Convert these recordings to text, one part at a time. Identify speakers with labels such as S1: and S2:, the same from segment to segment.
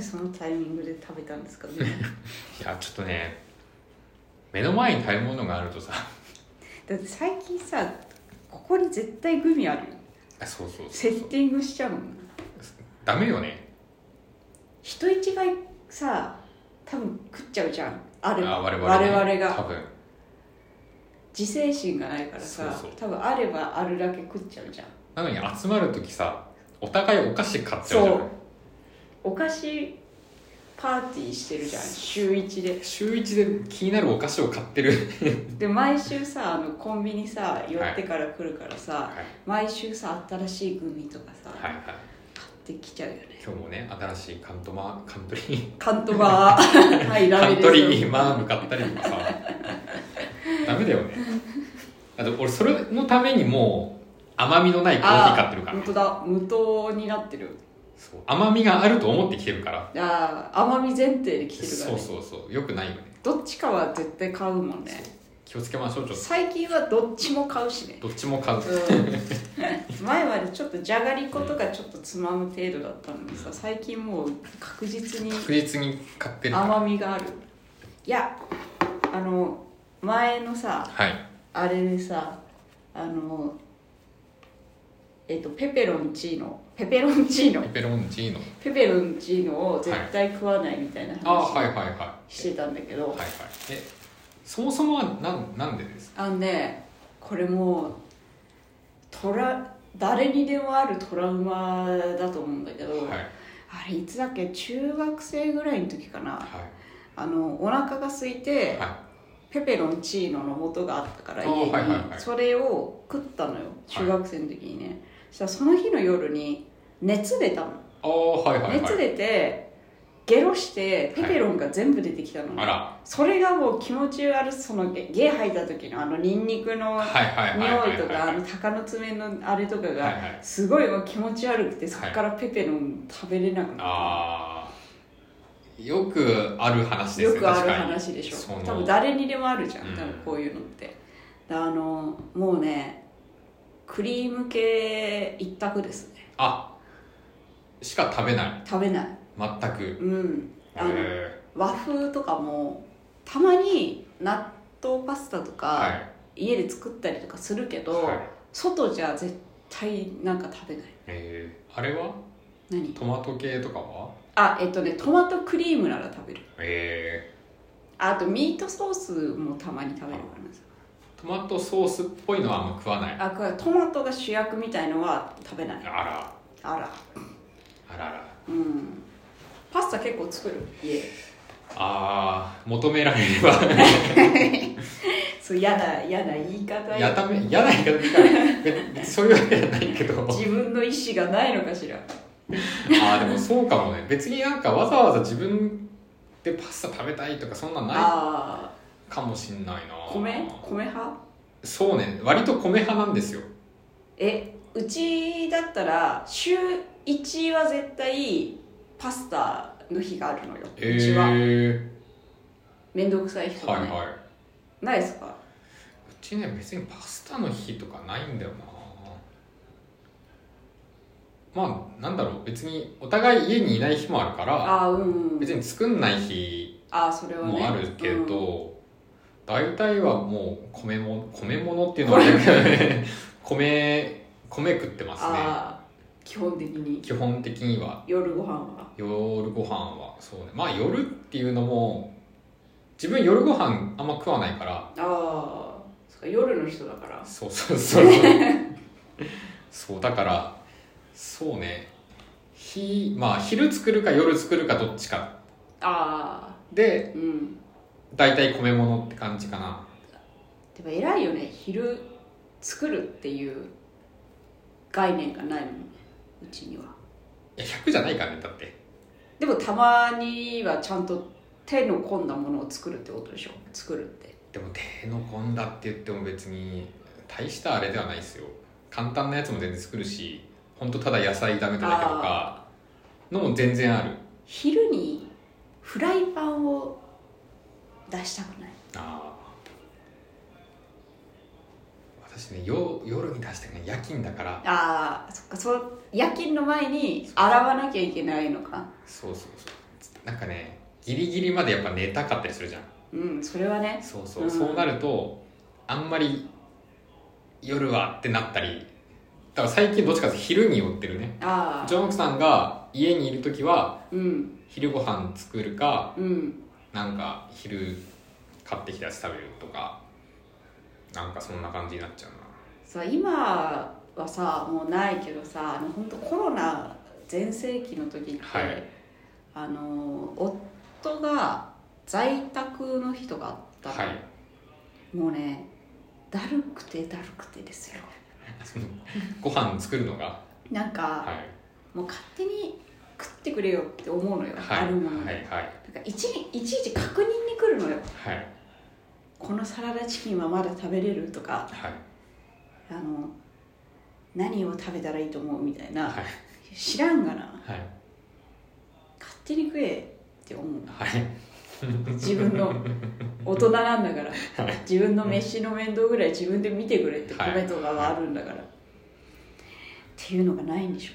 S1: そのタイミングで食べたんですかね
S2: いやちょっとね目の前に食べ物があるとさ
S1: だって最近さここに絶対グミあるよ
S2: あそうそうそ
S1: セ
S2: う
S1: ッティングしちゃうもん
S2: ダメよね
S1: 人一倍さ多分食っちゃうじゃんあれ
S2: あ我々,、
S1: 我々
S2: 多
S1: が
S2: 分
S1: 自制心がないからさ
S2: そうそう
S1: 多分あればあるだけ食っちゃうじゃん
S2: なのに集まる時さお互いお菓子買っちゃうじゃ
S1: そ
S2: ん
S1: お菓子パーティーしてるじゃん週一で
S2: 週一で気になるお菓子を買ってる
S1: で毎週さあのコンビニさ寄ってから来るからさ、
S2: はい
S1: 毎週さ新しいグミとかさ、
S2: はいはい
S1: 買ってきちゃうよね
S2: 今日もね新しいカントマカントリー
S1: カントバ ーはいダ
S2: カ
S1: メ
S2: ン
S1: です
S2: トリーマーム買ったりとかさダメだよねあと俺それのためにもう甘みのないコーヒー買ってるから
S1: 本当だ無糖になってる
S2: そう甘みがあると思ってきてるから
S1: あー甘み前提で来てるから、
S2: そう
S1: ね、
S2: そうそうよくないよね
S1: どっちかは絶対買うもんね
S2: 気をつけましょうちょっ
S1: 最近はどっちも買うしね
S2: とどっちも買う
S1: うん 前までちょっとじゃがりことかちょっとつまむ程度だったのにさ最近もう確実に
S2: 確実に買ってるから
S1: 甘みがあるいやあの前のさ
S2: はい
S1: あれでさあのえっとペペロンチーノペペロンチーノ
S2: ペペロンチーノ
S1: ペペロンチーノを絶対食わないみたいな
S2: ああはい
S1: 話
S2: はいはいはい
S1: してたんだけど、
S2: はいえそもそもはなんなんでですか
S1: あのねこれもうトラ誰にでもあるトラウマだと思うんだけど、
S2: はい
S1: あれいつだっけ中学生ぐらいの時かな
S2: は
S1: あのお腹が空い
S2: い
S1: て、
S2: は
S1: ペペロンチーノの素があったから
S2: あ
S1: 家に、
S2: はいはいはい
S1: それを食ったのよ中学生の時にね、そしたらその日の夜に熱出たの、
S2: いああはいはいは
S1: 熱
S2: い
S1: 出てゲロしてペペロンが全部出てきたの、
S2: あら
S1: それがもう気持ち悪いそのゲゲ吐いた時のあのニンニクの
S2: はいはいはいはい
S1: 匂いと
S2: は
S1: かあ
S2: い
S1: の鷹の爪のあれとか
S2: はい
S1: が
S2: はい
S1: すごいもう気持ち悪くてそこからペペロン食べれなくなっ
S2: ああよくある話
S1: た、
S2: です
S1: よ
S2: ね
S1: くある
S2: 確かに
S1: 話でし
S2: そ
S1: ょ
S2: の
S1: 多分誰にでもあるじゃん、
S2: うん
S1: 多分こういうのってだあのもうねクリーム系一択ですね
S2: あしか食べない
S1: 食べない
S2: 全く
S1: うんあの
S2: へ
S1: 和風とかもたまに納豆パスタとか、
S2: ーはい
S1: 家で作ったりとかするけど、
S2: はい
S1: 外じゃ絶対なんか食べない
S2: えーあれは
S1: 何
S2: トマト系とかは
S1: あえっとねトマトクリームなら食べる
S2: え
S1: あとミートソースもたまに食べるか
S2: ートマトソースっぽいのはあんま食わないあ
S1: なあこれトマトが主役みたいのは食べない
S2: ら
S1: あら
S2: あらあら
S1: うんパスタ結構作る家
S2: あー求められれば
S1: そう嫌な嫌な言い方
S2: や
S1: よ
S2: ため嫌な言い方でいいから別にそういうわけじゃないけ ど
S1: 自分の意思がないのかしら
S2: ああでもそうかもね別になんかわざわざ自分でパスタ食べたいとかそんなんない
S1: あ
S2: かもしんないな
S1: あ米米派
S2: そうね割と米派なんですよ
S1: えうちだったら週1は絶対パスタの日があるのよ、
S2: え
S1: うちは
S2: え
S1: 面倒くさい人
S2: ー、は
S1: が
S2: い
S1: ね、
S2: はい
S1: ないですか
S2: うちね別にパスタの日とかないんだよなまあなんだろう別にお互い家にいない日もあるから
S1: ああーうん
S2: 別に作んない日
S1: ああそれはね
S2: もあるけ
S1: うん
S2: ど、大体はもう米も米物っていうのはあれだけどね 米米食ってますね
S1: ああ基本的に
S2: 基本的には
S1: 夜ご飯は
S2: 夜ご飯はそうねまあ夜っていうのも自分夜ご飯あんま食わないから
S1: ああそっか夜の人だから
S2: そうそうそうそうだからそうねひまあ昼作るか夜作るかどっちか
S1: ああ
S2: で
S1: うん
S2: 大体米物って感じかな
S1: でも偉いよね昼作るっていう概念がないもんねうちにはい
S2: や100じゃないからねだって
S1: でもたまにはちゃんと手の込んだものを作るってことでしょ作るって
S2: でも手の込んだって言っても別に大したあれではないですよ簡単なやつも全然作るしほんとただ野菜炒めただけとかのも全然ある
S1: 昼にフライパンを出したくない
S2: ああ私ねよ夜に出してね夜勤だから
S1: あーそっかそう夜勤の前に洗わなきゃいけないのか
S2: そうそうそうなんかねギリギリまでやっぱ寝たかったりするじゃん
S1: うんそれはね
S2: そうそう、
S1: うん
S2: そうなるとあんまり夜はってなったりだから最近どっちかっていうと昼に寄ってるね
S1: あ
S2: ジ
S1: あ
S2: ョンウクさんが家にいる時は
S1: うん
S2: 昼ご飯作るか
S1: うん
S2: なんか昼買ってきたやつ食べるとかなんかそんな感じになっちゃう
S1: さ今はさもうないけどさ本当コロナ全盛期の時って、
S2: はい
S1: あの夫が在宅の日とかあった
S2: な
S1: の
S2: はい
S1: もうねだるくてだるくてですよ
S2: そのご飯作るのが
S1: なんか、
S2: はい
S1: もう勝手に食ってくれよって思うのよ、
S2: はい
S1: あるもの
S2: は
S1: で、
S2: いはい
S1: なんかいちいちいち確認に来るのよ
S2: はい
S1: このサラダチキンはまだ食べれるとか
S2: はい
S1: あの何を食べたらいいと思うみたいな、
S2: はい
S1: 知らんがな
S2: はい
S1: 勝手に食えって思う
S2: はい
S1: 自 分の大人なんだから
S2: はい
S1: 自分の飯の面倒ぐらい自分で見てくれってコメントがあるんだから、っていうのがないんでしょ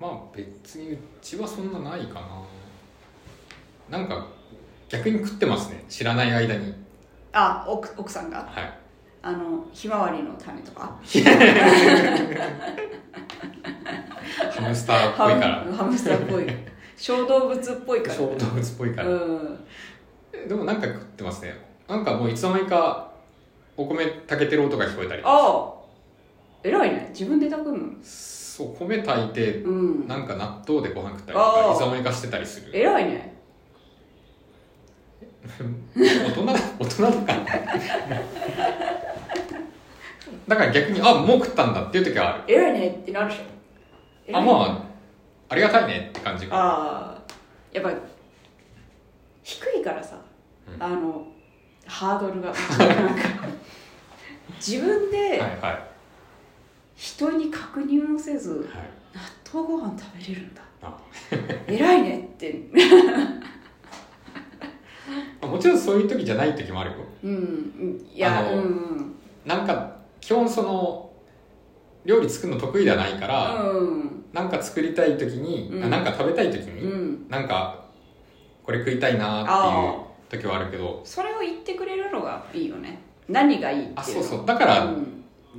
S2: まあ別にうちはそんなないかななんか逆に食ってますね知らない間に
S1: あ奥奥さんが
S2: はい
S1: あのひまわりの種とか
S2: ハムスターっぽいから
S1: ハムハムスター っぽい小動物っぽいから
S2: 小動物っぽいから、
S1: うん
S2: でもなんか食ってますねなんかもういつの間にかお米炊けてる音が聞こえたり
S1: ああ偉いね自分で炊くの
S2: そう米炊いて
S1: うん
S2: なんか納豆でご飯食ったりとか
S1: あー
S2: いつの間にかしてたりする
S1: 偉いね
S2: 大人だ大人だからだから逆にあもう食ったんだっていう時はある
S1: 偉いねってなるでしょ偉
S2: あ
S1: いね
S2: まあありがたいねって感じかな
S1: ああやっぱ低いからさ、
S2: うん
S1: あのハード ルがなんか自分で
S2: はいはいは
S1: 人に確認もせず
S2: い
S1: 納豆ご飯食べれるんだ
S2: あ
S1: 偉いねって
S2: まあもちろんそういう時じゃない時もあるよ
S1: うんうんい
S2: あ
S1: やう
S2: の
S1: んうん
S2: なんか基本その料理作るの得意ではないから、
S1: うん
S2: なんか作りたい時に、
S1: うん
S2: あなんか食べたい時
S1: う
S2: に、
S1: ん
S2: なんかこれ食いたいなーっていう時はあるけど
S1: それを言ってくれるのがいいよね何がいいっていう
S2: あそう
S1: う
S2: そうだから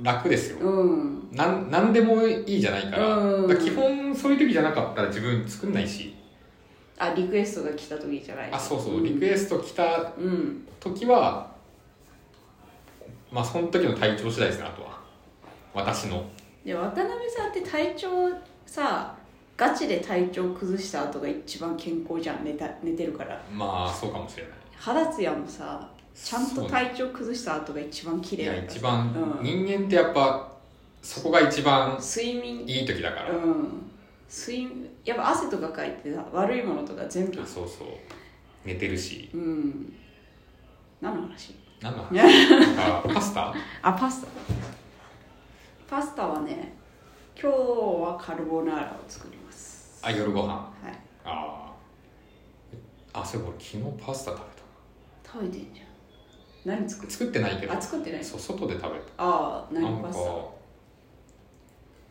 S2: 楽ですよ、
S1: うん
S2: なんなんでもいいじゃないから,、
S1: うん
S2: 基本そういう時じゃなかったら自分作んないし、
S1: あリクエストが来た時じゃない
S2: あそうそう、
S1: ん
S2: リクエスト来た
S1: うん
S2: 時はまあその時の体調次第ですねあとは私の
S1: で渡辺さんって体調さガチで体調崩した後が一番健康じゃん寝た寝てるから
S2: まあそうかもしれない
S1: 肌ツヤもさちゃん
S2: そう
S1: と
S2: ね
S1: 体調崩した後が一番綺
S2: い
S1: 麗だ
S2: や
S1: から
S2: 一番、
S1: うん
S2: 人間ってやっぱそこが一番
S1: 睡眠
S2: いい時だから、
S1: うん睡やっぱ汗とかかいてさ悪いものとか全部
S2: あそうそう寝てるし
S1: うん何の話
S2: 何の話なんかパスタ
S1: あパスタパスタはね今日はカルボナーラを作ります
S2: あ夜ご飯
S1: はい
S2: あーあそういえば俺昨日パスタ食べ
S1: 食べてんじゃん何作
S2: た作ってないけ
S1: る
S2: ど
S1: あ作ってない
S2: そう外で食べ
S1: ああ
S2: たな
S1: 何
S2: ん
S1: パ
S2: か
S1: ス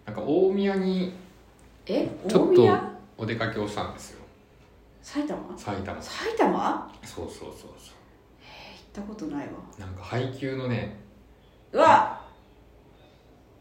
S1: タ
S2: なんか大宮に
S1: え
S2: ちょ
S1: 大
S2: っと
S1: 宮
S2: お出かけをしたんですよ
S1: 埼玉
S2: 埼玉そう
S1: 埼玉
S2: そうそうそ
S1: 行ったことないわ
S2: うなんか配給のね
S1: うわ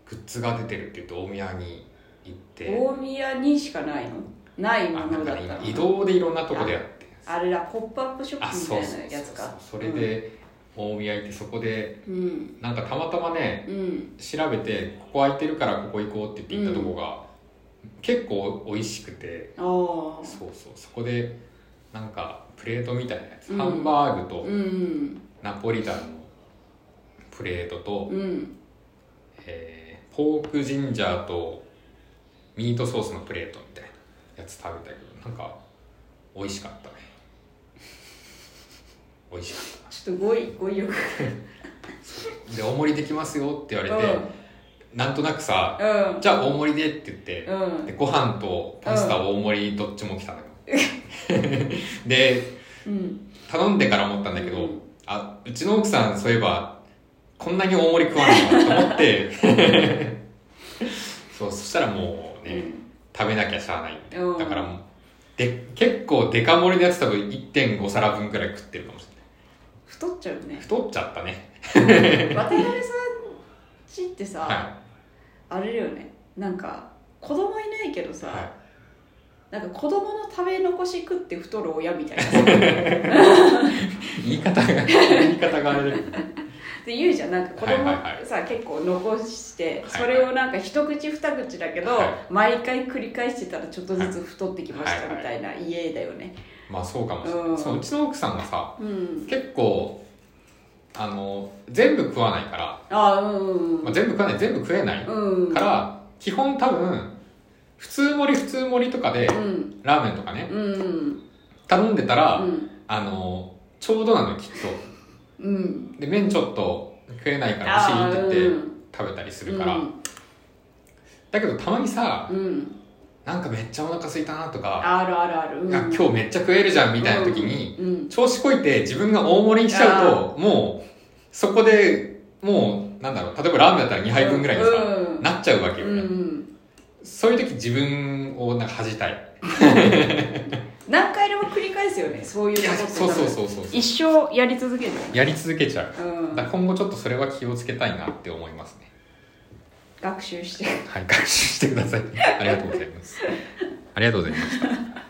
S2: グッズが出てるって言って大宮に行って
S1: 大宮にしかないのない
S2: あ
S1: も
S2: な
S1: の
S2: ん
S1: だ
S2: か
S1: った
S2: 今
S1: の
S2: 移動でいろんなとこでやって
S1: あれだポップアップショッ
S2: あ
S1: プみ
S2: そうそう
S1: たいなやつか
S2: そうそうそれで大宮行ってそこで
S1: うん
S2: なんかたまたまね
S1: うん
S2: 調べてここ空いてるからここ行こうって言って行ったとこが、結構美味しくて
S1: ああ
S2: そうそうそこでなんかプレートみたいなやつ、
S1: うん
S2: ハンバーグと
S1: うん
S2: ナポリタンのプレートと、
S1: うん
S2: えーポークジンジャーとミートソースのプレートみたいなやつ食べたけどなんか美味しかったね美味しかった
S1: ちょっと語彙語彙力
S2: で大盛りできますよって言われて、なんとなくさ
S1: うん
S2: じゃあ大盛りでって言って、
S1: うん
S2: でご飯とパスタ大盛りどっちも来たのよ、で
S1: うん
S2: 頼んでから思ったんだけど、
S1: うん
S2: あうちの奥さんそういえばこんなに大盛り食わないのと思って そうそしたらもうね、食べなきゃしゃあないんで
S1: うん
S2: だからもうで結構デカ盛りのやつ多分1.5皿分くらい食ってるかもしれ
S1: 太っちゃう
S2: ない
S1: ね
S2: 太っちゃったね
S1: 渡辺さんちってさ、
S2: は
S1: あれだよねなんか子供いないけど
S2: い、
S1: さ、
S2: は
S1: なんか子供の食べ残し食って太る親みたいな
S2: い、言い方が 言い方があれで
S1: って言うじゃんなんか子供
S2: はいはいは
S1: さ結構残して
S2: はい
S1: それをなんか一口二口だけど
S2: は
S1: 毎回繰り返してたらちょっとずつ太ってきましたみたいな家だよね
S2: まあそうかもしれない、
S1: うん
S2: そううちの奥さんがさ
S1: うん
S2: 結構あの全部食わないから、
S1: あーうん
S2: まあ、全部食わない全部食えないか
S1: うんうん
S2: ら基本多分普通盛り普通盛りとかで
S1: うん
S2: ラーメンとかね
S1: うんうん
S2: 頼んでたら、
S1: うん
S2: あのちょうどなのよきっと
S1: うん
S2: で麺ちょっと食えないから欲しいって言って、食べたりするから、だけどたまにさ
S1: うんうん
S2: なんかめっちゃお腹空いたなとか、
S1: あるあるあるうん
S2: いや今日めっちゃ食えるじゃんみたいな時に、
S1: うん
S2: 調子こいて自分が大盛りにしちゃうともうそこでもうなんだろう例えばラーメンだったら2杯分ぐらいにさ、
S1: うん
S2: なっちゃうわけよ
S1: う
S2: ね、
S1: ん
S2: そういう時自分をなんか恥じたい
S1: 何回でも繰り返すよねそうい
S2: いうや
S1: ことって
S2: そうそうそうそう
S1: 一生やり続けるよね
S2: やり続けちゃう
S1: うん
S2: だから今後ちょっとそれは気をつけたいなって思いますね
S1: 学習して
S2: はい学習してくださいありがとうございますありがとうございました